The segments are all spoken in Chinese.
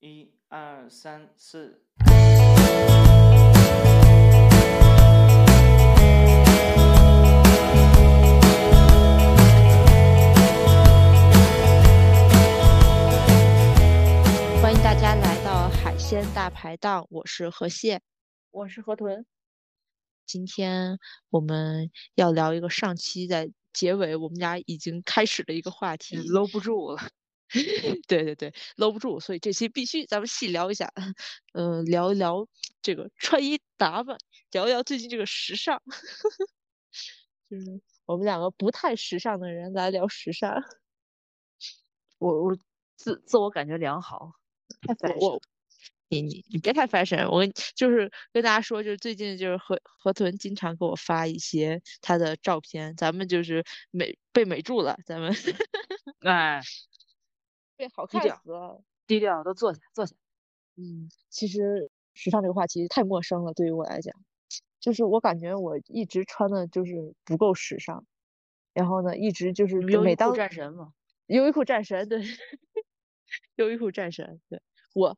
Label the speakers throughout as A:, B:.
A: 一二三四。
B: 欢迎大家来到海鲜大排档，我是河蟹。
C: 我是河豚，
B: 今天我们要聊一个上期在结尾我们俩已经开始的一个话题，
C: 搂不住了。
B: 对对对，搂不住，所以这期必须咱们细聊一下， 嗯、聊一聊这个穿衣打扮，聊一聊最近这个时尚， 就是我们两个不太时尚的人来聊时尚。
C: 我我自自我感觉良好，
B: 太
C: 烦
B: 我你你你别太 fashion，我跟你就是跟大家说，就是最近就是河河豚经常给我发一些他的照片，咱们就是美被美住了，咱们
C: 哎，
B: 被嗯好
C: 低
B: 看
C: 调
B: 死了。
C: 低调都坐下坐下。
B: 嗯，其实时尚这个话题太陌生了，对于我来讲，就是我感觉我一直穿的就是不够时尚，然后呢，一直就是
C: 你们优
B: 每
C: 衣
B: 当
C: 库战神嘛，
B: 优衣库战神，对，优衣库战神，对我，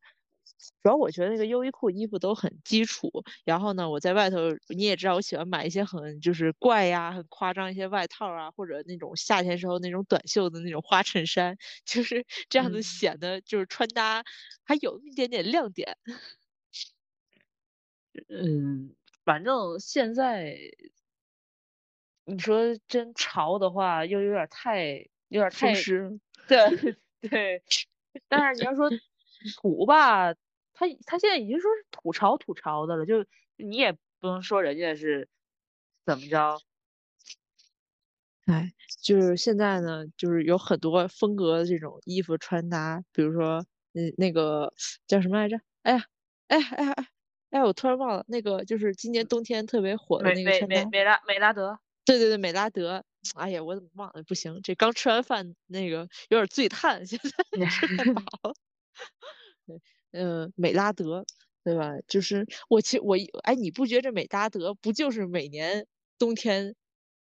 B: 主要我觉得那个优衣库衣服都很基础，然后呢，我在外头你也知道，我喜欢买一些很就是怪呀、很夸张一些外套啊，或者那种夏天时候那种短袖的那种花衬衫，就是这样子
C: 嗯
B: 显得就是穿搭还有一点点亮点。
C: 嗯，反正现在你说真潮的话，又有点太有点
B: 风
C: 太
B: 湿，
C: 对对，但是你要说土吧，他他现在已经说是土潮土潮的了，就你也不能说人家是怎么着，
B: 哎，就是现在呢，就是有很多风格的这种衣服穿搭，比如说，嗯，那个叫什么来着？哎呀，哎呀哎呀哎呀，哎呀，我突然忘了，那个就是今年冬天特别火的
C: 美
B: 那个
C: 美
B: 穿搭
C: 美，美拉美拉 德，
B: 对对对，美拉德。哎呀，我怎么忘了？不行，这刚吃完饭，那个有点醉碳， 现在吃太饱了。对，嗯，美拉德，对吧？就是我其实我一哎，你不觉着美拉德不就是每年冬天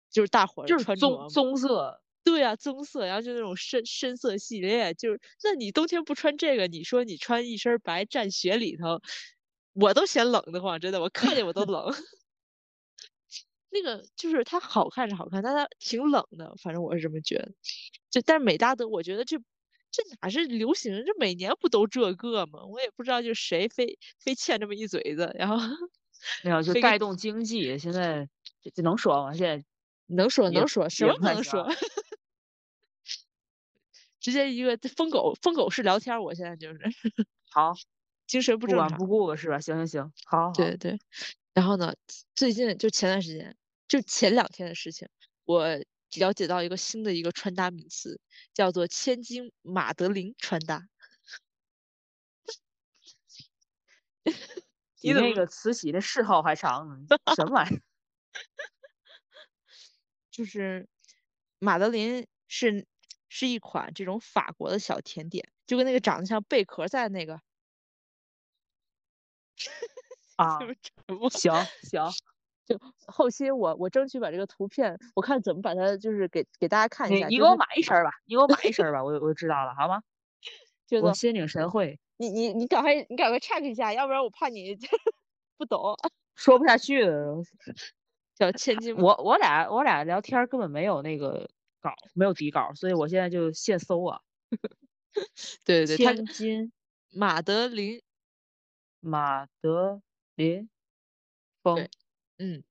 B: 就是大伙儿
C: 就是
B: 穿着
C: 棕
B: 吗？
C: 棕色，
B: 对啊，棕色，然后就那种深深色系列，就是那你冬天不穿这个，你说你穿一身白站雪里头，我都嫌冷得慌，真的，我看见我都冷。 那个就是它好看是好看，但它挺冷的，反正我是这么觉得。就但是美大德，我觉得这这哪是流行，这每年不都这个吗？我也不知道，就谁非非欠这么一嘴子，然后
C: 没有啊就
B: 飞
C: 带
B: 机
C: 动经济。现在这这能说吗？现在
B: 能说
C: 也
B: 能说，什
C: 也
B: 么
C: 不
B: 都
C: 太
B: 能
C: 行
B: 说
C: 啊。
B: 直接一个疯狗疯狗式聊天儿，我现在就是
C: 好，
B: 精神不
C: 不
B: 正
C: 管
B: 常。
C: 不顾是吧？行行行，好好好，
B: 对对，然后呢，最近就前段时间，就前两天的事情，我了解到一个新的一个穿搭名词，叫做“千金马德琳穿搭
C: 比
B: 你怎
C: 那
B: 么
C: 个慈禧的谥号还长呢，什么玩 意儿？”，
B: 就是马德琳是是一款这种法国的小甜点，就跟那个长得像贝壳在那个，
C: 啊
B: 就，是沉默
C: 行行，
B: 就后期我我争取把这个图片，我看怎么把它就是给给大家看一
C: 你
B: 下，
C: 你
B: 就
C: 给我
B: 是
C: 买一身儿吧，你给我买一身儿吧，我我就知道了，好吗？
B: 叫
C: 我
B: 做
C: 心领神会，
B: 你你你赶快你赶快 check 一下，要不然我怕你 不懂。
C: 说不下去了。
B: 叫千金
C: 我我俩我俩聊天儿根本没有那个稿儿，没有底稿儿，所以我现在就现搜啊，
B: 对对对，它
C: 千金
B: 马德琳，
C: 马德琳风
B: 对。嗯，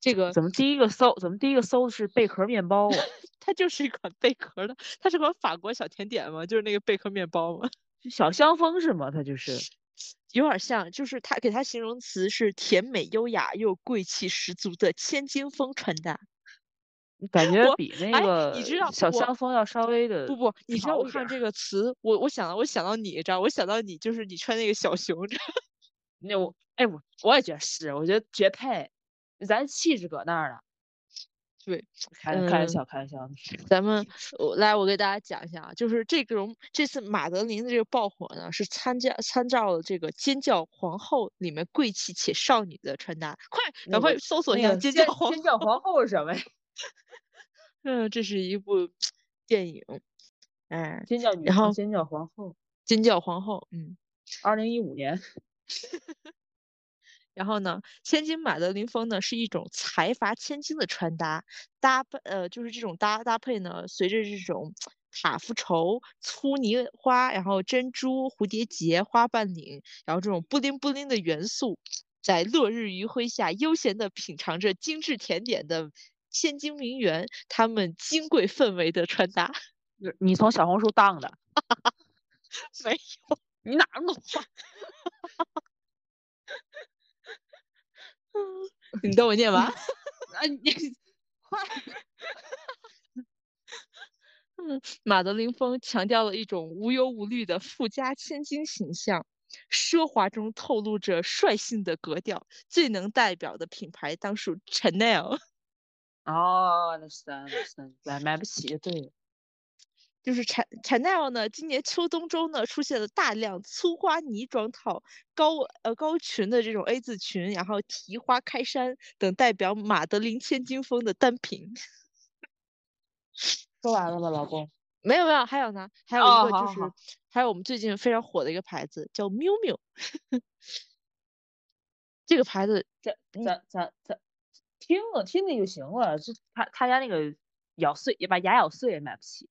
B: 这个
C: 怎么第一个搜？怎么第一个搜是贝壳面包啊？
B: 它就是一款贝壳儿的，它是款法国小甜点嘛，就是那个贝壳面包 嘛，
C: 就小香风是吗？它就是
B: 有点像，就是它给它形容词是甜美优雅又贵气十足的千金风穿搭。
C: 感觉
B: 我
C: 比
B: 哎
C: 那
B: 你
C: 个
B: 知道
C: 小
B: 我
C: 香风要稍微的
B: 不不，你知道
C: 潮
B: 我
C: 一
B: 看
C: 点
B: 这个词，我我想到我想到你，知道，我想到你就是你穿那个小熊，
C: 那我哎我我也觉得是，我觉得绝配，咱气质搁那儿呢。
B: 对，
C: 开开玩
B: 嗯
C: 笑，开玩笑。
B: 咱们我来，我给大家讲一下啊，就是这种这次马德琳的这个爆火呢，是参加参照了这个《尖叫皇后》里面贵气且少女的穿搭。快，
C: 那
B: 赶快
C: 个
B: 搜索一
C: 那
B: 下
C: 个
B: 《尖
C: 尖
B: 叫皇》。
C: 尖叫皇后是什么呀？
B: 嗯，这是一部电影。哎，
C: 尖叫女
B: 然
C: 皇，
B: 后
C: 尖叫皇后。
B: 金角皇后，嗯。
C: 二零一五年，
B: 然后呢，千金马德琳风呢是一种财阀千金的穿搭搭配，呃，就是这种搭搭配呢，随着这种塔夫绸、粗泥花，然后珍珠、蝴蝶结、花瓣领，然后这种布灵布灵的元素，在落日余晖下悠闲地品尝着精致甜点的千金名媛，她们金贵氛围的穿搭，
C: 你你从小红书当的，
B: 没有。
C: 你哪儿 那么坏？
B: 你等我念完。
C: 啊，你 快！
B: 嗯，马德琳风强调了一种无忧无虑的富家千金形象，奢华中透露着率性的格调。最能代表的品牌当属 Chanel，
C: 哦，那是那是买买不起，对，
B: 就是 Chan Chanel 呢，今年秋冬中呢出现了大量粗花呢装套、高呃高裙的这种 A 字裙，然后提花开衫等代表马德琳千金风的单品。
C: 说完了吧，老公？
B: 没有没有，还有呢，还有
C: 哦
B: 一个
C: 好
B: 就
C: 好
B: 是，
C: 好
B: 还有我们最近非常火的一个牌子叫 miu miu，这个牌子
C: 咱
B: 嗯
C: 咱咱咱听了听了就行了，这他他家那个咬碎，把牙咬碎也买不起。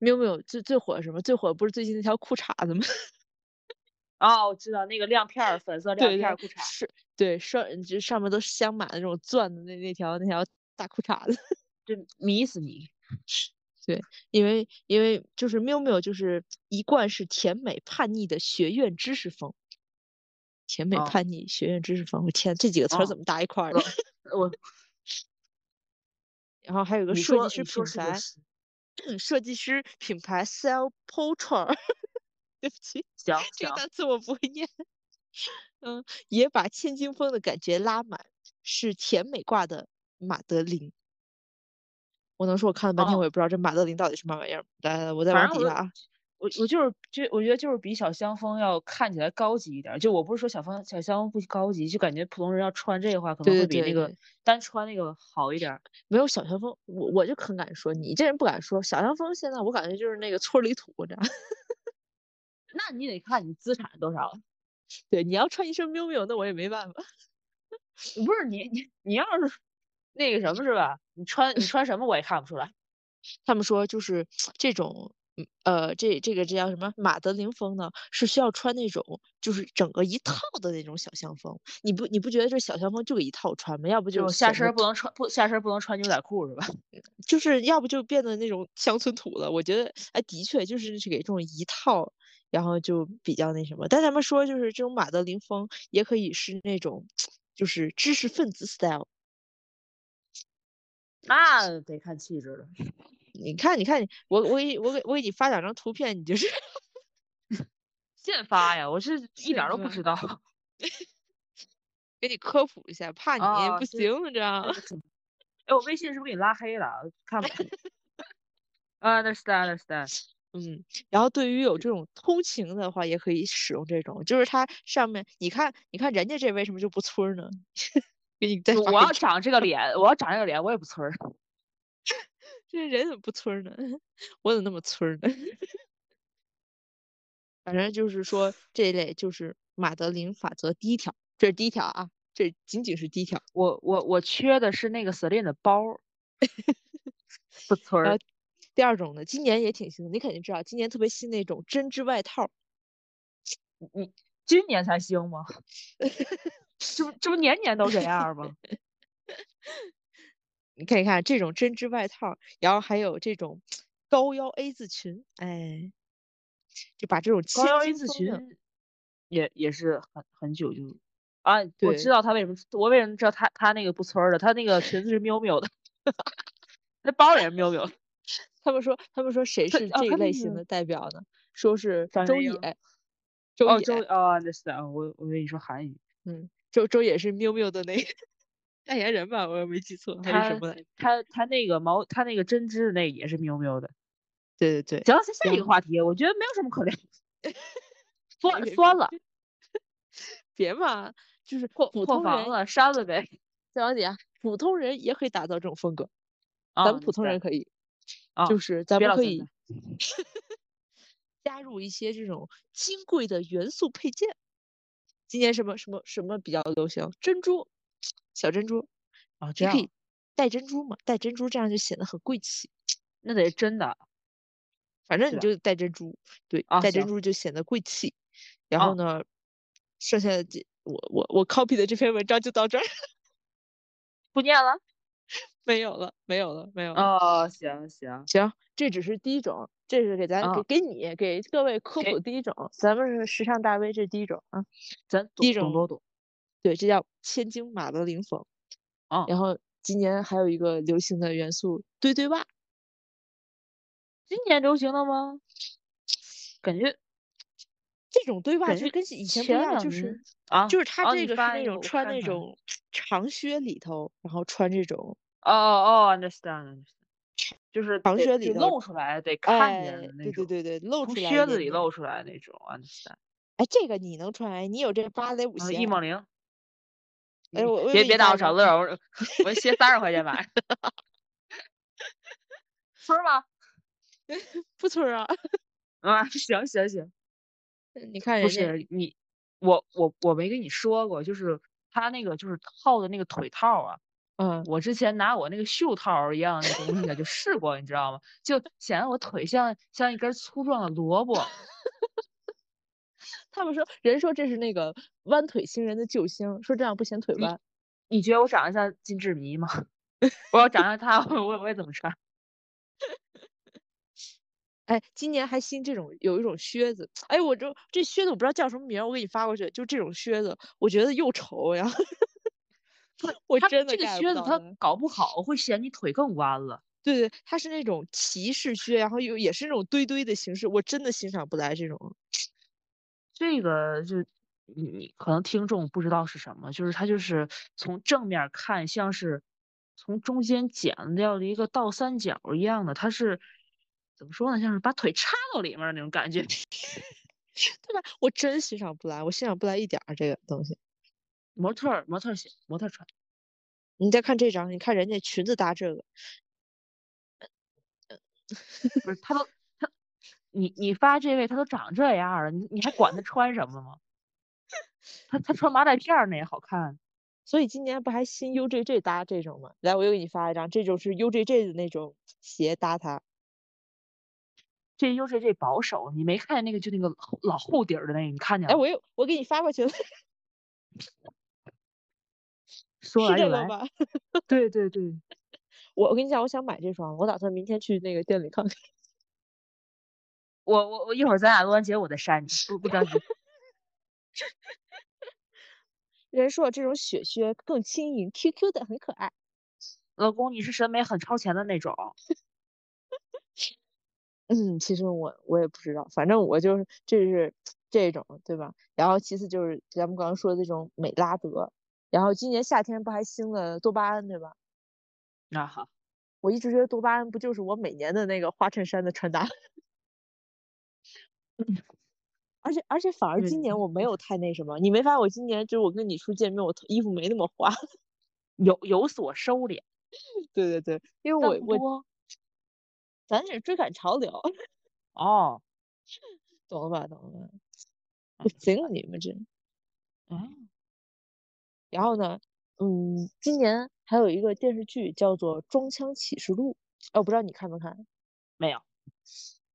B: miu miu 最最火是什么？最火不是最近那条裤衩子吗？
C: 哦，我知道那个亮片儿，粉色亮
B: 对
C: 片儿
B: 对
C: 裤衩，
B: 是，对上就上面都镶满了那种钻的那那条那条大裤衩子。
C: 这迷死你。
B: 因为因为就是 miu miu 就是一贯是甜美叛逆的学院知识风，甜美
C: 哦
B: 叛逆学院知识风，我天，这几个词儿
C: 哦
B: 怎么搭一块儿
C: 我
B: 的？
C: 呃我
B: 然后还有一个
C: 你
B: 设
C: 说
B: 计师
C: 你
B: 品
C: 说是
B: 牌
C: 不，是？
B: 设计师品牌 Cell Poulter，对 不起，
C: 行
B: 这个
C: 行，
B: 单词我不会念。嗯，也把千金风的感觉拉满，是甜美挂的马德琳。我能说我看了半天，
C: 哦
B: 我也不知道这马德琳到底什么玩意儿。来来，来我再
C: 反
B: 往
C: 正
B: 底
C: 我
B: 下啊。
C: 我我就是就我觉得就是比小香风要看起来高级一点儿，就我不是说小风小香风不高级，就感觉普通人要穿这个话可能
B: 对
C: 会
B: 对
C: 比那
B: 对
C: 个
B: 对
C: 单穿那个好一点儿。
B: 没有小香风，我我就很敢说，你这人不敢说。小香风现在我感觉就是那个村儿里土，着。
C: 那你得看你资产多少，
B: 对，你要穿一身 miu miu，那我也没办法。
C: 不是你你你要是那个什么是吧？你穿你穿什么我也看不出来。
B: 他们说就是这种，嗯呃，这这个这叫什么马德琳风呢？是需要穿那种就是整个一套的那种小香风。你不你不觉得这小香风就给一套穿吗？要不
C: 就
B: 就
C: 下
B: 显
C: 身
B: 得
C: 儿不能穿不下身儿不能穿牛仔裤是吧？
B: 就是要不就变得那种乡村土了。我觉得，哎，的确就是是给这种一套，然后就比较那什么。但他们说，就是这种马德琳风也可以是那种，就是知识分子 style。
C: 那得看气质了。
B: 你看，你看，我我给你我给我给你发两张图片，你就是
C: 现发呀，我是一点儿都不
B: 现
C: 知道。
B: 给你科普一下，怕你
C: 哦
B: 不
C: 是
B: 行，你知道吗？
C: 哎，我微信是不是给你拉黑了？看不 Understand, understand。
B: 嗯，然后对于有这种通勤的话，也可以使用这种，就是它上面，你看，你看人家这为什么就不村儿呢？ 给你再发
C: 我
B: 一
C: 要
B: 张
C: 长这个脸，我要长这个脸，我也不村儿。
B: 这人怎么不村儿呢？ 我怎么那么村儿呢？ 反正就是说这一类就是马德琳法则第一条，这是第一条啊，这仅仅是第一条。
C: 我我我缺的是那个 Celine 的包 儿，不村
B: 然后
C: 儿。
B: 第二种呢，今年也挺新的，你肯定知道，今年特别新那种针织外套儿，
C: 今年才兴吗？ 这不这不年年都这样儿吗？
B: 你看一看这种针织外套儿，然后还有这种高腰 A 字裙，哎，就把这种
C: 高
B: 千
C: 腰 A
B: 金
C: 字
B: 风呢
C: 裙也也是很很久就啊，我
B: 对
C: 知道他为什么，我为什么知道他他那个不村儿的，他那个裙子是喵喵的， 那包儿也是喵喵的。
B: 他们说，他们说谁
C: 他
B: 是
C: 啊
B: 这
C: 他
B: 一
C: 那
B: 类型
C: 个
B: 的代表呢？说是
C: 张
B: 周
C: 学
B: 也
C: 友，
B: 周
C: 哦，
B: 也，
C: 终于哦，understand，我我以为你说韩语，
B: 嗯，周周也是 miu miu 的那个 代言人吧？我要没记错还是什
C: 他
B: 么来着？
C: 他他那个毛，他那个针织的那个也是喵喵的。
B: 对对对，
C: 行，下下一
B: 行
C: 个话题，我觉得没有什么可聊。 酸
B: 别别
C: 酸了，
B: 别嘛，就是
C: 破
B: 普
C: 破
B: 通
C: 防
B: 人，
C: 了，删了 呗。
B: 再往底下，普通人也可以打造这种风格，
C: 啊
B: 咱们普通人可以，
C: 啊
B: 就是咱
C: 别
B: 们
C: 老
B: 可
C: 现
B: 以
C: 在，
B: 加入一些这种金贵的元素配件。今年什么什么什么比较流行？珍珠，小珍珠，
C: 啊，这
B: 你
C: 样
B: 可以戴珍珠嘛？戴珍珠这样就显得很贵气。
C: 那得是真的。
B: 反正你
C: 是吧
B: 就戴珍珠，对，
C: 啊
B: 戴珍
C: 行哦
B: 珠就显得贵气。然
C: 好
B: 后呢，剩下的这我我我 copy 的这篇文章就到这儿，
C: 不念了。
B: 没有了，没有了，没有了。
C: 哦，行行，
B: 行，这只是第一种，这是给咱、
C: 啊
B: 给给你给各位科
C: 给
B: 普第一种，咱们是时尚大 V，这是第一种啊。
C: 咱
B: 第一
C: 懂
B: 种
C: 懂多懂。
B: 对，这叫千金马的绫缝。
C: 啊
B: 然后今年还有一个流行的元素，堆堆袜。
C: 今年流行的吗？感觉
B: 这种堆袜
C: 感
B: 就
C: 觉
B: 跟以前不一
C: 前
B: 样，
C: 两
B: 就是
C: 年啊，
B: 就是它
C: 哦
B: 这
C: 你
B: 个是
C: 发一
B: 那
C: 个
B: 种
C: 我
B: 穿
C: 看
B: 那
C: 看
B: 种长靴里头，然后穿这种
C: 哦哦，understand，understand 就是
B: 长
C: 得
B: 靴
C: 就
B: 里头
C: 露出来得看见
B: 哎
C: 的
B: 对
C: 那
B: 对
C: 种，
B: 对对，露
C: 从
B: 出来
C: 靴
B: 一
C: 子
B: 点
C: 里
B: 点
C: 露出来那种，understand。
B: 哎，这个你能穿？哎你有这芭蕾舞
C: 啊，
B: 鞋？
C: 一梦零，
B: 哎，
C: 你
B: 我我问
C: 别别
B: 你大
C: 打我
B: 家
C: 找乐儿，我我鞋三十块 钱买的，村儿吗？
B: 不村儿啊？
C: 啊，行行行，
B: 你看
C: 不
B: 人家，
C: 是你，我我我没跟你说过，就是他那个就是套的那个腿套儿啊，
B: 嗯，
C: 我之前拿我那个袖套儿一样的东西啊，就试过，你知道吗？就显得我腿像像一根儿粗壮的萝卜，
B: 他们说人说这是那个弯腿新人的救星，说这样不显腿
C: 你
B: 弯。
C: 你觉得我长得像金志迷吗？ 我要长像他，我我我也怎么穿？
B: 哎，今年还新这种有一种靴子，哎，我这这靴子我不知道叫什么名儿，我给你发过去。就这种靴子，我觉得又丑， 然后我
C: 他
B: 真的
C: 这个
B: get 不
C: 靴子
B: 到
C: 它
B: 的
C: 搞不好会显你腿更弯了。
B: 对对，它是那种骑士靴，然后有也是那种堆堆的形式，我真的欣赏不来这种。
C: 这个就你你可能听众不知道是什么，就是它就是从正面儿看像是从中间剪掉的一个倒三角儿一样的，它是怎么说呢？像是把腿插到里面儿那种感觉。
B: 对吧？我真欣赏不来，我欣赏不来一点儿这个东西。
C: 模特儿模特儿鞋模特儿穿，
B: 你再看这张，你看人家裙子搭这个，
C: 不是他都他你你发这位他都长这样儿了，你你还管他穿什么吗？他他穿麻袋片儿那也好看。
B: 所以今年不还新 UJJ 搭这种吗？来，我又给你发一张，这就是 UJJ 的那种鞋搭它。
C: 这又是这保守，你没看见那个就那个厚老厚底儿的那个，你看见
B: 哎，
C: 了？
B: 我又我给你发过去了，
C: 说
B: 是
C: 来
B: 这
C: 就
B: 个
C: 来，
B: 吧？
C: 对对对，
B: 我我跟你讲，我想买这双，我打算明天去那个店里看看。
C: 我我我一会儿咱俩录完节目我再删你，不不着急。
B: 人说这种雪靴更轻盈，Q Q 的很可爱。
C: 老公，你是审美很超前的那 种，
B: 嗯，其实我我也不知道，反正我就是这是这种，对吧？然后其次就是咱们刚刚说的这种美拉德，然后今年夏天不还兴了多巴胺，对吧？啊
C: 那好，
B: 我一直觉得多巴胺不就是我每年的那个花衬衫的穿 搭，而且而且反而
C: 嗯对
B: 今
C: 对
B: 年我没有太那什么，你没发现我今年就是我跟你出见面，我头衣服没那么花。
C: 有有所收敛，
B: 对对对，因
C: 但
B: 为
C: 不
B: 我我
C: 多
B: 咱是追赶潮流，
C: 哦。
B: 懂了吧？懂了吧？
C: 啊
B: 不行，你们这。
C: 嗯，
B: 然后呢，嗯，今年还有一个电视剧叫做《装腔启示录》，哎，我不知道你看没看？
C: 没有，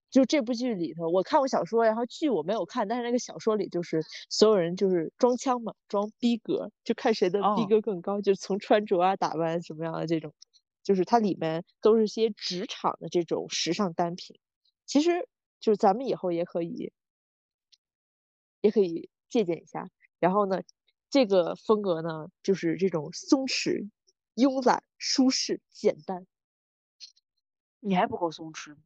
B: 就这部剧里头，我看过小说，然后剧我没有看，但是那个小说里就是所有人就是装腔嘛，装逼格，就看谁的逼
C: 哦
B: 格更高，就是从穿着啊、打扮什么样的这种，就是它里面都是些职场的这种时尚单品。其实就是咱们以后也可以，也可以借鉴一下。然后呢，这个风格呢，就是这种松弛、慵懒、舒适、简单。
C: 你还不够松弛吗。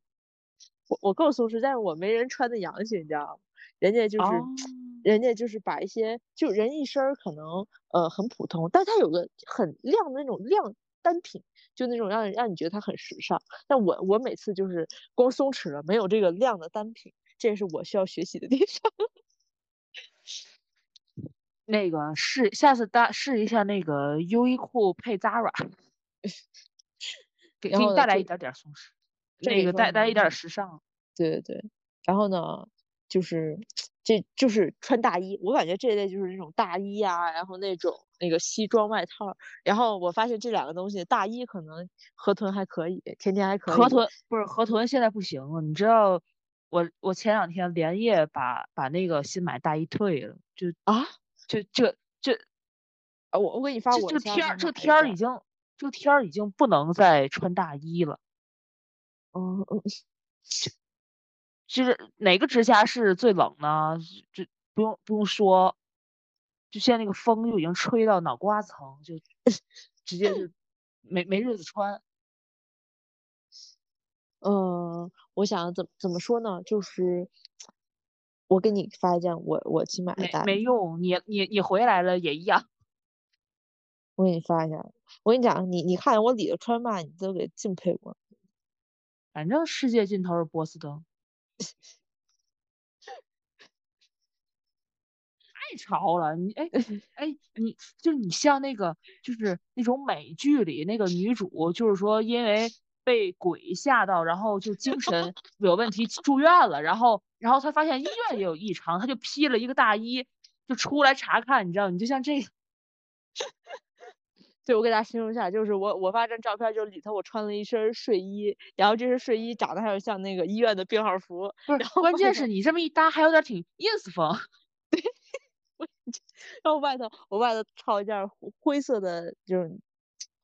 B: 我我够松弛，但是我没人穿的洋气，你知道吗？人家就是，
C: 哦
B: 人家就是把一些，就人一身儿可能呃很普通，但他有个很亮的那种亮单品，就那种让人让你觉得它很时尚。但我我每次就是光松弛了，没有这个亮的单品，这是我需要学习的地方。
C: 那个试，下次搭试一下那个优衣库配 Zara，给
B: 然
C: 给
B: 后
C: 你
B: 呢
C: 带来
B: 就
C: 一点儿点儿松弛，
B: 这个
C: 那个嗯
B: 说
C: 带带
B: 明
C: 一点儿时尚。
B: 对对对，然后呢，就是这就是穿大衣，我感觉这类就是那种大衣啊，然后那种那个西装外套儿。然后我发现这两个东西，大衣可能河豚还可以，天天还可以。
C: 河豚不是河豚，现在不行了。你知道，我我前两天连夜把把那个新买大衣退了，就
B: 啊，
C: 就这这
B: 啊我我给你发
C: 这
B: 我
C: 这
B: 前两
C: 天儿这
B: 买的
C: 天儿
B: 一
C: 已
B: 件
C: 经这天儿已经不能再穿大衣了。
B: 嗯嗯
C: 就是哪个直辖市最冷呢？这不用不用说，就现在那个风就已经吹到脑瓜子疼，就直接就没没日子穿。
B: 嗯，我想怎么怎么说呢？就是我给你发一件我我新买的
C: 没
B: 大
C: 没
B: 衣，
C: 用，你你你回来了也一样。
B: 我给你发一下。我跟你讲，你你看我里头穿嘛，你都给敬佩我。
C: 反正世界尽头是波司登，太潮了！你 哎哎，你就是你像那个就是那种美剧里那个女主，就是说因为被鬼吓到，然后就精神有问题住院了，然后然后她发现医院也有异常，她就披了一个大衣就出来查看，你知道？你就像这个，
B: 对，我给大家形容一下，就是我我发这张照片，就是里头我穿了一身儿睡衣，然后这身睡衣长得还有像那个医院的病号服，
C: 不
B: 然
C: 是
B: 后
C: 关
B: 外
C: 键
B: 头
C: 是你这么一搭还有点挺 ins 风，
B: 然后外头我外头套一件灰灰色的这种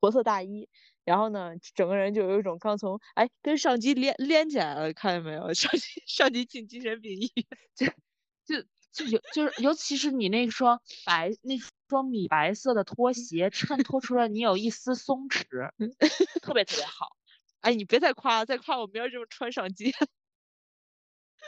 B: 驼色大衣，然后呢，整个人就有一种刚从哎跟上级连连起来了，看见没有？ 上级上级进精神病医院，
C: 就就尤就是尤其是你那双白那双米白色的拖鞋，衬托出来你有一丝松弛，特别特别好，
B: 哎，你别再夸了，再夸我明儿就穿上街了。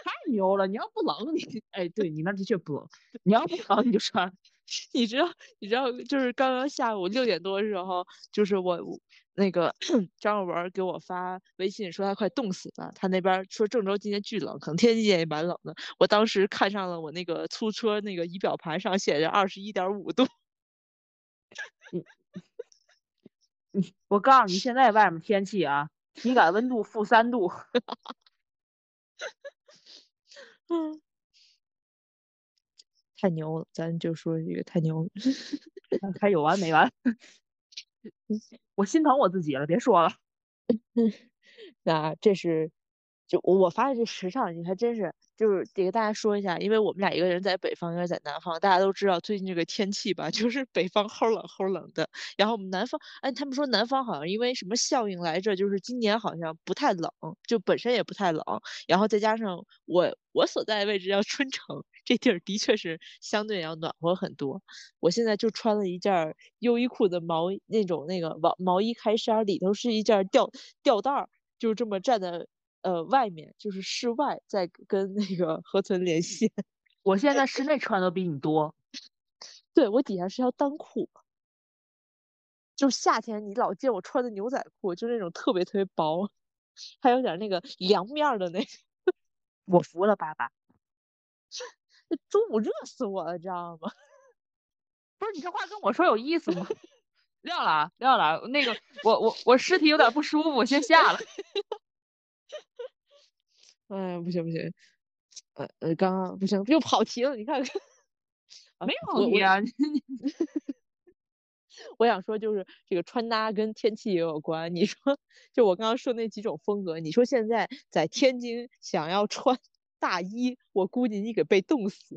C: 太牛了！你要不冷你，哎，对你那儿的确不冷，你要不冷你就穿。
B: 你知道，你知道，就是刚刚下午六点多的时候，就是我我那个 张若文儿给我发微信说他快冻死了，他那边儿说郑州今天巨冷，可能天津也蛮冷的。我当时看上了我那个出租车那个仪表盘上写着二十一点五度，
C: 我告诉你，现在外面天气啊，体感温度负三度，
B: 嗯，太牛了，咱就说这个太牛了。
C: 还有完没完？我心疼我自己了，别说了。
B: 那这是，就我我发现这时尚，你还真是就是得给大家说一下，因为我们俩一个人在北方，一个人在南方，大家都知道最近这个天气吧， 就是北方齁冷齁冷的，然后我们南方，哎，他们说南方好像因为什么效应来着，就是今年好像不太冷，就本身也不太冷，然后再加上我我所在的位置叫春城，这地儿的确是相对要暖和很多。我现在就穿了一件儿优衣库的毛衣，那种那个毛毛衣开衫儿，里头是一件儿吊吊带儿，就是这么站在呃外面，就是室外在跟 那个河豚连线。
C: 我现在室内穿的比你多，
B: 对我底下是条单裤，就是夏天你老见我穿的牛仔裤，就是那种特别特别薄，还有点儿那个凉面儿的那种。
C: 我服了，爸爸。
B: 中午热死我了，知道吗？
C: 不是你这话跟我说有意 思吗？撂了啊，撂了啊。那个，我我我尸体有点不舒服，我先下了。
B: 哎，不行不行，呃呃，刚刚不行，又跑题了。你看看， 啊
C: 没
B: 我
C: 有你
B: 我
C: 啊， 你
B: 我想说，就是这个穿搭跟天气也有关。你说，就我刚刚说那几种风格，你说现在在天津想要穿大衣，我估计你给被冻死。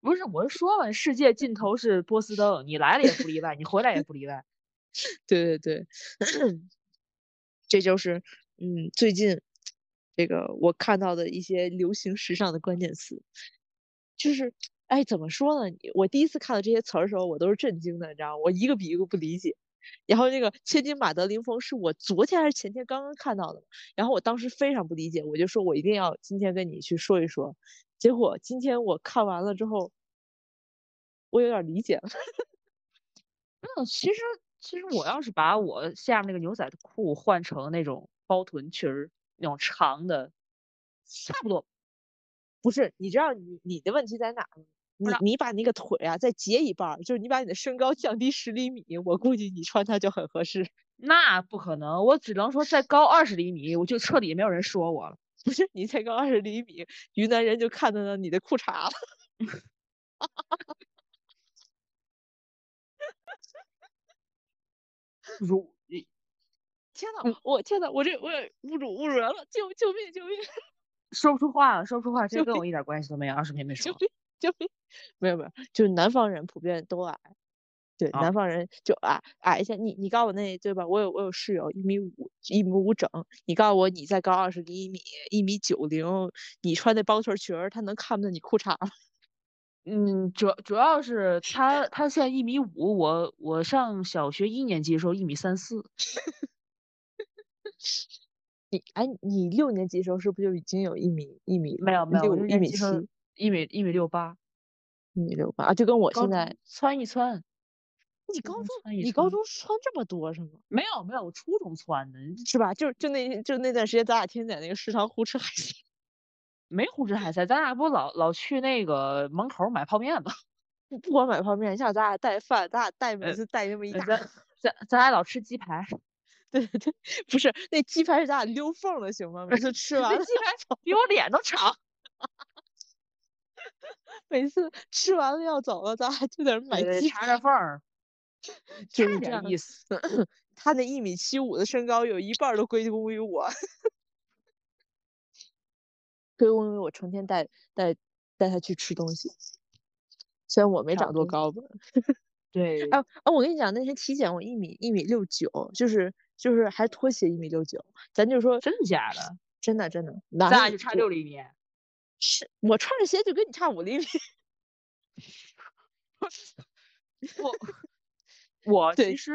C: 不是我是说嘛，世界尽头是波司登，你来了也不例外，你回来也不例外。
B: 对对对， 这就是嗯，最近这个我看到的一些流行时尚的关键词，就是哎，怎么说呢？我第一次看到这些词儿的时候，我都是震惊的，你知道吗？我一个比一个不理解。然后那个千金马德琳风是我昨天还是前天刚刚看到的，然后我当时非常不理解，我就说我一定要今天跟你去说一说。结果今天我看完了之后，我有点儿理解了。
C: 嗯，其实其实我要是把我下面那个牛仔裤换成那种包臀裙儿，那种长的，差不多。
B: 不是，你知道你你的问题在哪儿吗？你
C: 知道
B: 你把那个腿啊再截一半儿，就是你把你的身高降低十厘米，我估计你穿它就很合适。
C: 那不可能，我只能说再高二十厘米，我就彻底没有人说我了。
B: 不是你才刚二十厘米，云南人就看到了你的裤衩了。
C: 如
B: 天呐，我天呐，我这我也侮辱侮辱人了，救救命救命
C: 说不出话了，说不出话，这
B: 就
C: 跟我一点关系都没有，二十年没
B: 救
C: 说。
B: 命 救命！没有没有，就是南方人普遍都矮，对，
C: 啊
B: 南方人就矮矮一些。你你告诉我那对吧？我有我有室友一米五一米五整，你告诉我你再高二十厘米一米九零，你穿那包臀裙儿，他能看不见你裤衩吗？
C: 嗯，主主要是他他现在一米五，我我上小学一年级的时候一米三四，
B: 你哎，你六年级的时候是不是就已经有一米一米
C: 没有没有，
B: 六
C: 我六
B: 一
C: 年
B: 米
C: 级
B: 七
C: 时候一米一米六八，
B: 一米六八啊？就跟我
C: 高
B: 现在
C: 中窜一窜，
B: 你
C: 高
B: 高
C: 中
B: 中
C: 穿一
B: 你高
C: 穿
B: 中穿这么多是吗？
C: 没有没有，我初中 窜的，
B: 是吧？就就那就那段时间，咱俩天天在那个食堂胡吃海塞。
C: 没胡吃海塞，咱俩不老老去那个门口买泡面吗？
B: 不不光买泡面，像咱俩带饭，咱俩带每
C: 呃
B: 次带那么一
C: 呃
B: 大，
C: 咱 咱咱俩老吃鸡排，
B: 对对对，不是那鸡排是咱俩溜缝儿的行吗？每次吃完
C: 那
B: 了，
C: 鸡排比我脸都长。
B: 每次吃完了要走了，咱俩就在那儿 买
C: 呃
B: 鸡
C: 插
B: 排，
C: 着缝儿，
B: 就是
C: 差
B: 这
C: 点
B: 样
C: 意思。
B: 他那一米七五的身高有一半儿都归功于我， 归功于我成天带带带他去吃东西。虽然我没
C: 差
B: 长
C: 不
B: 多
C: 多
B: 高吧，
C: 对，
B: 啊啊！我跟你讲，那天体检我一米一米六九，就是就是还拖鞋一米六九，咱就说
C: 真的假的？
B: 真的真的，
C: 咱
B: 男
C: 俩
B: 的
C: 就差
B: 我
C: 六厘米。
B: 是我穿着鞋就跟你差五厘米，
C: 我
B: 对
C: 其实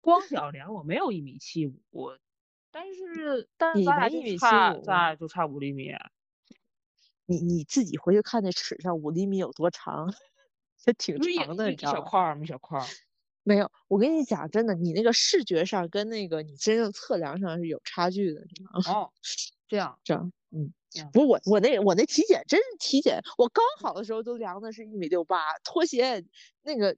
C: 光脚量我没有一米七五，但是但是
B: 你
C: 咱俩
B: 没
C: 就
B: 1米
C: 差
B: 75
C: 咱俩就差五厘米。
B: 你你自己回去看那尺上五厘米有多长，它挺
C: 不是一
B: 长的，
C: 一
B: 你
C: 一
B: 知道
C: 小
B: 吗？
C: 块儿吗？一小 块儿。
B: 没有，我跟你讲，真的，你那个视觉上跟那个你真正测量上是有差距的，你知道吗？
C: 哦，这样
B: 这样，嗯
C: 嗯，
B: 不是我我那我那体检真是体检，我高考的时候都量的是一米六八，拖鞋那个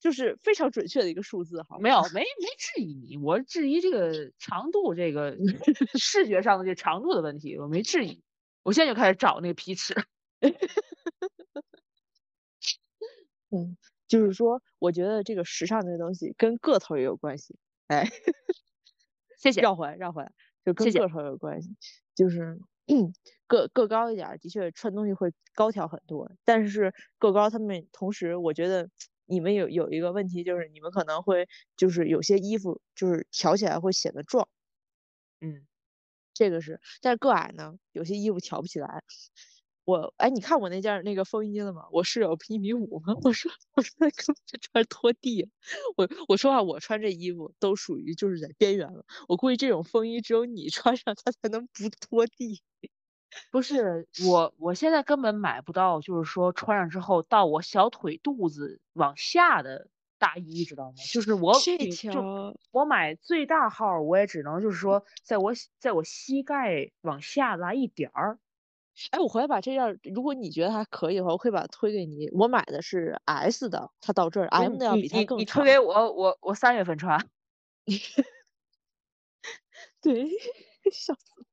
B: 就是非常准确的一个数字，好
C: 没有没没质疑你，我质疑这个长度，这 个视觉上的这长度的问题，我没质疑。我现在就开始找那个皮尺。
B: 嗯，就是说，我觉得这个时尚这个东西跟个头儿也有关系。哎，
C: 谢谢。
B: 绕回来，绕回来，就跟
C: 谢谢
B: 个头儿有关系。就是 个个高一点儿，的确穿东西会高挑很多。但是个高，他们同时，我觉得你们有有一个问题，就是你们可能会就是有些衣服就是挑起来会显得壮，
C: 嗯，
B: 这个是。但是个矮呢，有些衣服挑不起来。我哎，你看我那件儿那个风衣了吗？我室友一米五吗？ 我说我说他根本就穿拖地，我我说话、我穿这衣服都属于就是在边缘了。我估计这种风衣只有你穿上它才能不拖地。
C: 不是我，我现在根本买不到，就是说穿上之后到我小腿肚子往下的大衣，知道吗？就是我
B: 这
C: 顶就
B: 条
C: 我买最大号儿，我也只能就是说在我膝在我膝盖往下来一点儿。
B: 哎，我回来把这件儿，如果你觉得还可以的话，我可以把它推给你。我买的是 S 的，它到这儿
C: 不是
B: ，M 的啊要
C: 你
B: 比它
C: 你
B: 更
C: 你
B: 长
C: 推。给我，我我三月份穿。
B: 对，笑死。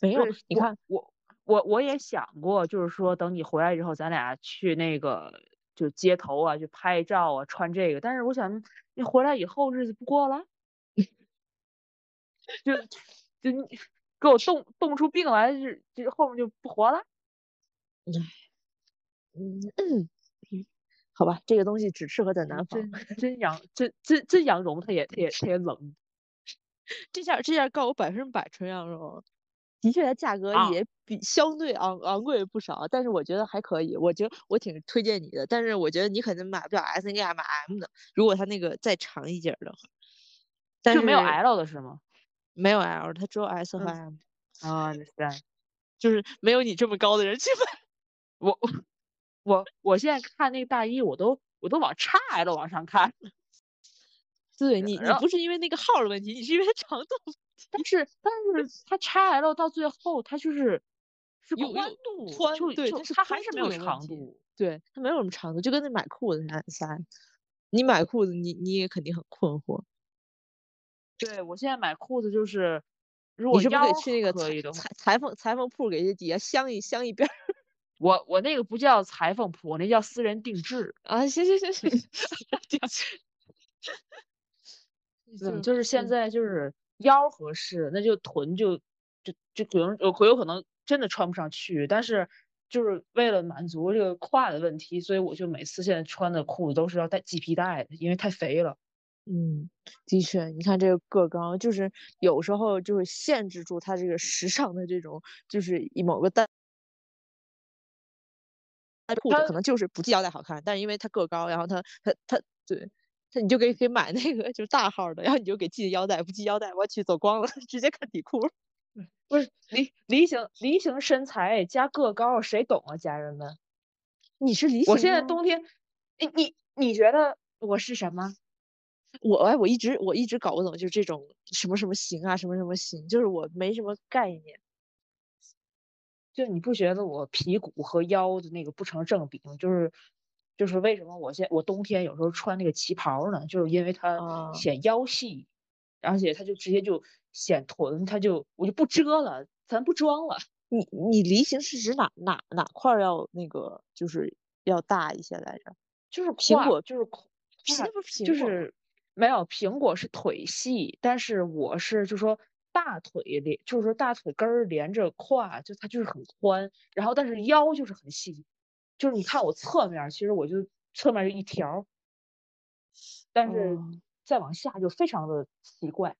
B: 没有
C: 不是，
B: 你
C: 我
B: 看，
C: 我我我也想过，就是说等你回来之后，咱俩去那个就街头啊，去拍照啊，穿这个。但是我想，你回来以后日子不过了， 就就你给我冻冻出病来，就就后面就不活了。
B: 嗯，好吧，这个东西只适合在南方。
C: 真真杨真真真杨蓉，她也她也她也冷。
B: 这件儿这件儿告我百分之百纯羊绒，的确它价格
C: 啊
B: 也比相对昂昂贵不少，但是我觉得还可以，我觉得我挺推荐你的，但是我觉得你肯定买不了 S，你给它买 M 的，如果它那个再长一截儿的话，但
C: 就没有
B: 是
C: L 的是吗？
B: 没有 L，它只有 S 和
C: 嗯
B: M，、
C: 啊，understand。
B: 就是没有你这么高的人去买。
C: 我我我现在看那个大衣，我都我都往 XL 往上看。
B: 对你，你
C: 然后
B: 不是因为那个号儿的问题，你是因为它长度
C: 但是但是它 XL 到最后它就是是
B: 有
C: 宽
B: 有
C: 度，
B: 宽
C: 就
B: 对
C: 就
B: 它是
C: 它还
B: 宽
C: 是没
B: 度
C: 有
B: 有问
C: 长
B: 题
C: 度。
B: 对，它没有什么长度，就跟那买裤子啥啥，你买裤子你你也肯定很困惑。
C: 对我现在买裤子就是如
B: 你
C: 果
B: 是不是
C: 腰
B: 得去那个
C: 可
B: 裁
C: 以的话
B: 裁，裁缝裁缝铺给这底下镶一镶一边儿
C: 我我那个不叫裁缝铺，我那叫私人定制。
B: 啊？行行 行行，
C: 嗯，
B: 就
C: 就是现
B: 嗯
C: 在就是腰合适，那就臀就就就可能有有可能真的穿不上去，但是就是为了满足这个胯的问题，所以我就每次现在穿的裤子都是要带系皮带的，因为太肥了。
B: 嗯，的确，你看这个个高，就是有时候就会限制住它这个时尚的这种，就是以某个单。它裤子
C: 它
B: 可能就是不系腰带好看，但是因为它个高，然后它它它对，它你就给给买那个就是大号儿的，然后你就给系腰带，不系腰带，我去走光了， 直接看底裤儿。
C: 不是梨梨形梨形身材加个高，谁懂啊，家人们？
B: 你是梨
C: 我
B: 形
C: 现在
B: 吗
C: 冬天，你你你觉得我是什么？
B: 我哎，我一直我一直搞不懂，就是这种什么什么型啊，什么什么型，就是我没什么概念。
C: 就你不觉得我屁股和腰的那个不成正比吗？就是就是为什么我现我冬天有时候穿那个旗袍呢？就是因为它
B: 啊
C: 显腰细，而且它就直接就显臀，它就我就不遮了，咱不装了。
B: 你你梨形是指哪哪哪块儿要那个，就是要大一些来着？
C: 就是
B: 苹
C: 胯
B: 果
C: 就是胯
B: 是不是苹
C: 就
B: 果
C: 是没有苹果是腿细，但是我是就说大腿连，就是说大腿根儿连着胯，就它就是很宽，然后但是腰就是很细，就是你看我侧面儿，其实我就侧面儿就一条儿，但是
B: 哦
C: 再往下就非常的奇怪。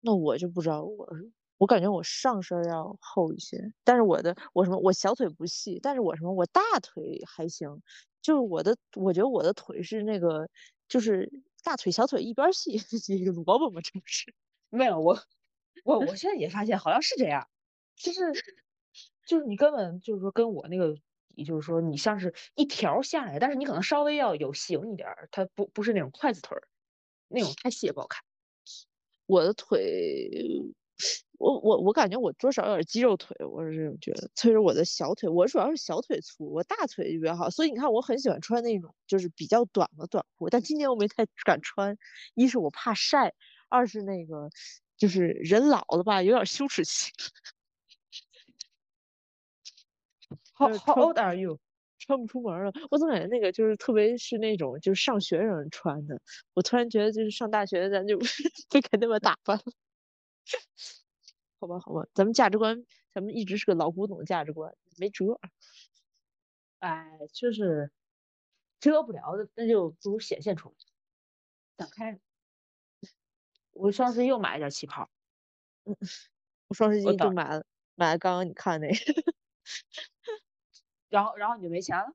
B: 那我就不知道我是。我感觉我上身儿要厚一些，但是我的我什么我小腿不细，但是我什么我大腿还行，就是我的我觉得我的腿是那个就是大腿小腿一边儿细， 一个萝卜嘛，这不是？
C: 没有我，我 我现在也发现好像是这样，就是就是你根本就是说跟我那个，也就是说你像是一条儿下来，但是你可能稍微要有型一点儿，它不不是那种筷子腿儿，那种太细也不好看。
B: 我的腿，我我我感觉我多少有点肌肉腿，我是这种觉得。所以说我的小腿，我主要是小腿粗，我大腿就比较好。所以你看，我很喜欢穿那种就是比较短的短裤，但今年我没太 敢穿，一是我怕晒，二是那个就是人老了吧，有点羞耻心。
C: How
B: 就是
C: how
B: 穿
C: old are you？
B: 穿不出门儿了。我总感觉那个就是，特别是那种就是上学生穿的，我突然觉得就是上大学咱就 不该那么打扮了。好吧，好吧，咱们价值观，咱们一直是个老古董价值观，没辙。
C: 哎，就是遮不了的，那就不如显现出来，展开。我上次又买了点儿旗袍，
B: 我双十
C: 我
B: 一就
C: 等
B: 买了，买了刚刚你看那个，
C: 然后然后你就没钱了。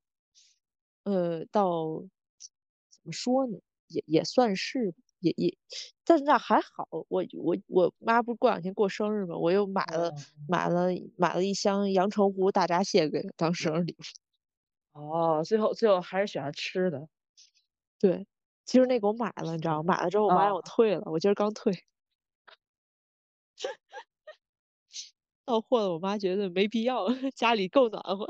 B: 呃，到怎么说呢，也也算是吧也也，但是那还好，我我我妈不是过两天过生日嘛，我又买
C: 呃哦
B: 了、买了买了一箱阳澄湖大闸蟹给她当生日礼物。
C: 哦，最后最后还是选了吃的。
B: 对，其实那个我买了，你知道吗，买了之后我妈让我
C: 哦
B: 退了，我今儿刚退。到货了，我妈觉得没必要，家里够暖 和。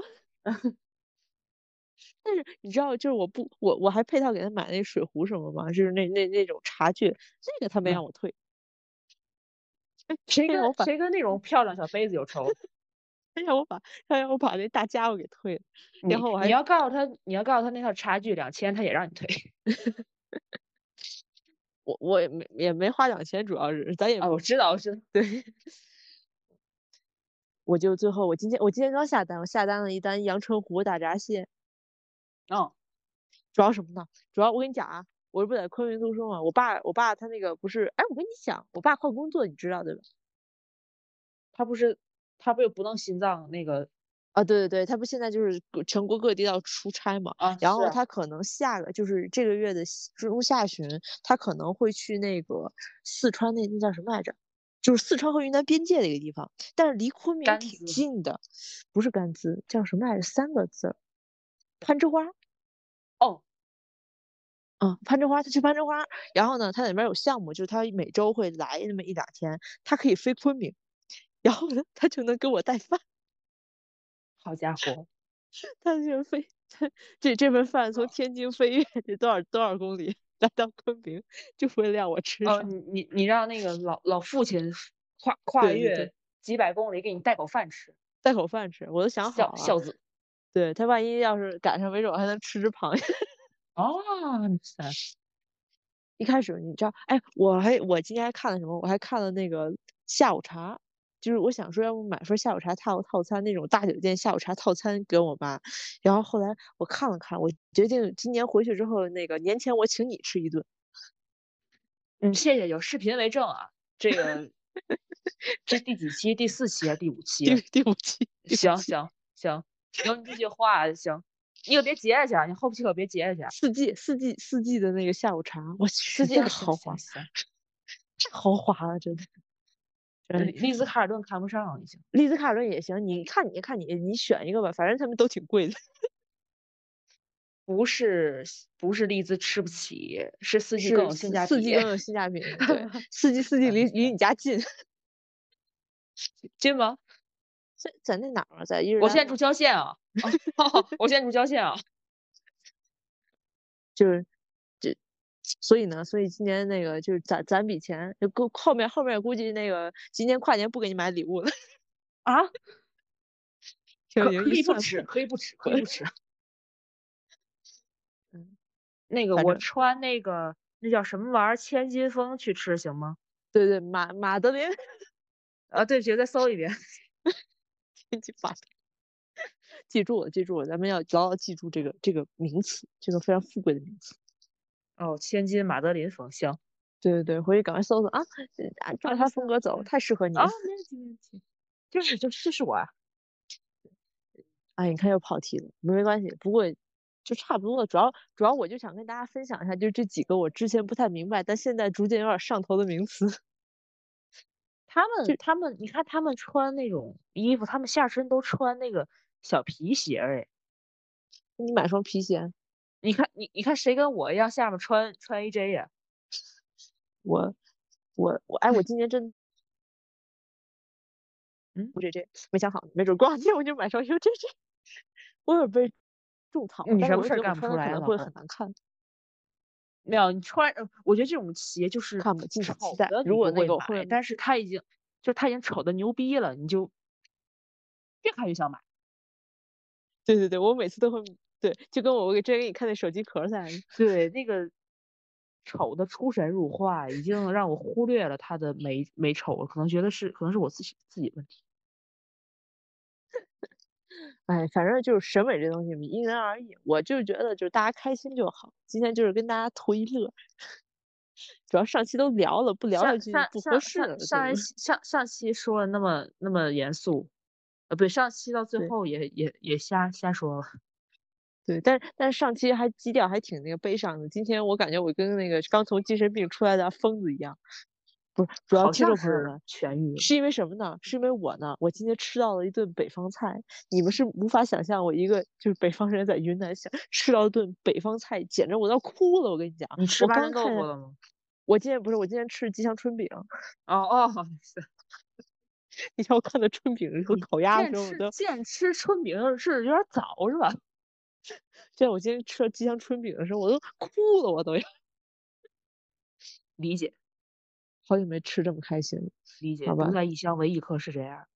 B: 但是你知道，就是我不，我我还配套给她买那水壶什么吗？就是那那那种茶具，那个她没
C: 嗯
B: 让我退，
C: 谁
B: 这
C: 跟
B: 个我反
C: 谁跟那种漂亮小杯子有仇？
B: 她让我把她让我把那大家伙给退了。
C: 你
B: 后我还
C: 你要告诉他，你要告诉他那套茶具两千，他也让你 退。
B: 我我也没也没花两千，主要是咱也
C: 啊，我知道，我知道。
B: 对，我就最后我今天我今天刚下单，我下单了一单阳澄湖大闸蟹，哦
C: 嗯，
B: 主要什么呢？主要我跟你讲啊，我这不在昆明读书嘛，我爸我爸他那个不是，哎，我跟你讲，我爸换工作你知道对吧？
C: 他不是他不是不弄心脏那个
B: 啊，对对对，他不现在就是各全国各地要出差嘛，
C: 啊？
B: 然后
C: 是
B: 他可能下个就是这个月的西中下旬，他可能会去那个四川那那叫什么来着？就是四川和云南边界的一个地方，但是离昆明
C: 甘
B: 挺
C: 孜
B: 近的，不是甘孜，叫什么来着？三个字儿，攀枝花。
C: 哦，
B: 嗯，攀枝花，他去攀枝花，然后呢，他那边有项目，就是他每周会来那么一两天，他可以飞昆明，然后呢，他就能给我带饭，
C: 好家伙，
B: 他就是飞， 这这份饭从天津飞越得多少多少 公里来到昆明，就为了让我吃
C: 哦，
B: 上。
C: 你你你让那个老老父亲跨跨
B: 对对对
C: 越几百公里给你带口饭吃，
B: 带口饭吃，我都想好
C: 孝
B: 了。
C: 孝子。
B: 对他万一要是赶上，没准我还能吃只螃蟹。
C: 哦，
B: 一开始你知道，哎，我还我今天还看了什么？我还看了那个下午茶，就是我想说，要不买份下午茶套套餐那种大酒店下午茶套餐给我妈。然后后来我看了看，我决定今年回去之后，那个年前我请你吃一顿。
C: 嗯，谢谢，有视频为证啊。这个这第几期？第四期还是第五期
B: 第
C: 啊？
B: 第五期，第五
C: 行
B: 期
C: 行行，有你这句话啊行，你可别结下去啊，你后期可别结下去啊。
B: 四季四季四季的那个下午茶，我去，
C: 世界
B: 这
C: 的
B: 个豪华，
C: 行，
B: 这豪华啊，真的。
C: 呃
B: 嗯，
C: 丽兹卡尔顿看不上已经。
B: 丽兹卡尔顿也行，你看你看你，你选一个吧，反正他们都挺贵的。
C: 不是不是丽兹吃不起，是四季
B: 是
C: 更有性
B: 四
C: 价比。
B: 四季更有性价比。对， 四季四季离离你家近，
C: 近吗？
B: 在在那哪儿啊？在伊
C: 我
B: 兰
C: 现在
B: 吗
C: 住郊县啊， 哦我现在住郊县啊。
B: 就是这，所以呢，所以今年那个就是攒攒笔钱，就够后面后面估计那个今年跨年不给你买礼物了。
C: 啊，
B: 挺
C: 可
B: 有
C: 可
B: 意
C: 以不
B: 思
C: 吃，可以 不吃，可以不吃。
B: 嗯
C: 那个
B: 反
C: 我
B: 正
C: 穿那个那叫什么玩意儿千金风去吃行吗？
B: 对对，马马德琳，
C: 啊，对不起，我再搜一遍。
B: 记马 德记住我，记住我，咱们要牢牢记住这个这个名词，这个非常富贵的名词。
C: 哦，千金马德琳风行
B: 对对对，回去赶快搜搜啊！嗯啊照
C: 啊
B: 他
C: 搜
B: 风格走，
C: 嗯
B: 太适合你
C: 啊，
B: 了。
C: 没问题没问题，就是就是就是我啊，
B: 哎，你看又跑题了，没关系，不过就差不多了。主要主要我就想跟大家分享一下，就这几个我之前不太明白，但现在逐渐有点上头的名词。
C: 他
B: 就
C: 们他们你看他们穿那种衣服，他们下身都穿那个小皮鞋儿哎。
B: 你买双皮鞋，
C: 你看你你看谁跟我一样下面穿穿 AJ 呀、
B: 我我我，哎，我今年真
C: 嗯
B: 我这这没想好，没准过两天我就买双 U 这这，我有点被种草，
C: 你
B: 但
C: 什
B: 我又
C: 么事儿
B: 觉得我
C: 干
B: 穿上
C: 不出
B: 可
C: 来
B: 能
C: 啊老
B: 会
C: 公
B: 很难看，
C: 没有，你穿，呃我觉得这种鞋就是
B: 看吧敬请期
C: 丑
B: 待
C: 的你
B: 如果
C: 不
B: 那
C: 会
B: 个会嗯
C: 买但是它已经就是它已经丑的牛逼了，你就越看越想买。
B: 对对对，我每次都会，对，就跟我我给之前给你看那手机壳儿 似的。
C: 对，那个丑的出神入化，已经让我忽略了它的美美丑，可能觉得是可能是我自己自己问题。
B: 哎，反正就是审美这东西嘛因人而异。我就是觉得，就是大家开心就好。今天就是跟大家图一乐， 主要上期都聊了，不聊下
C: 上
B: 去
C: 上
B: 不合
C: 上
B: 适了
C: 上上一
B: 对
C: 期上上期说了那么那么严肃，呃，不对，上期到最
B: 对
C: 后也也也瞎瞎说了。
B: 对，但是但是上期还基调还挺那个悲伤的。今天我感觉我跟那个刚从精神病出来的疯子一样，不是，主要
C: 好
B: 听
C: 像
B: 众朋友
C: 是嗯
B: 们。
C: 痊愈了。
B: 是因为什么呢？是因为我呢，我今天吃到了一顿北方菜，你们是无法想象我一个就是北方人在云南想吃到一顿北方菜，简直我都要哭了。我跟你讲，
C: 你吃
B: 我
C: 八
B: 刚
C: 珍豆
B: 看见
C: 腐了吗？
B: 我今天不是，我今天吃的吉祥春饼。
C: 哦哦，好意思
B: 你看我看到春饼和
C: 你
B: 烤鸭的
C: 见
B: 时候，我
C: 吃
B: 都
C: 见吃春饼是有点早是吧？
B: 对我今天吃了吉祥春饼的时候，我都哭了，我都要
C: 理解
B: 好久没吃这么开心了。
C: 理解，
B: 好吧
C: 独在异乡为异客是这样儿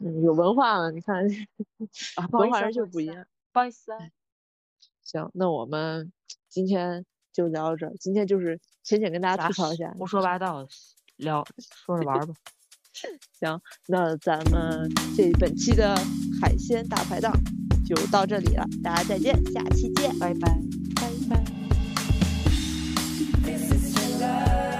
B: 嗯，有文化了，你看，
C: 啊。不好
B: 文
C: 意
B: 化
C: 思啊，
B: 人
C: 不
B: 就
C: 好意
B: 不
C: 思
B: 一
C: 啊
B: 样。
C: 不好意思啊，
B: 行，那我们今天就聊到这儿。今天就是浅浅跟大家
C: 咱
B: 吐槽一下，
C: 胡说八道，聊说着玩儿吧。
B: 行，那咱们这本期的海鲜大排档就到这里了，大家再见，下期见，拜拜，拜拜。
D: This is your love.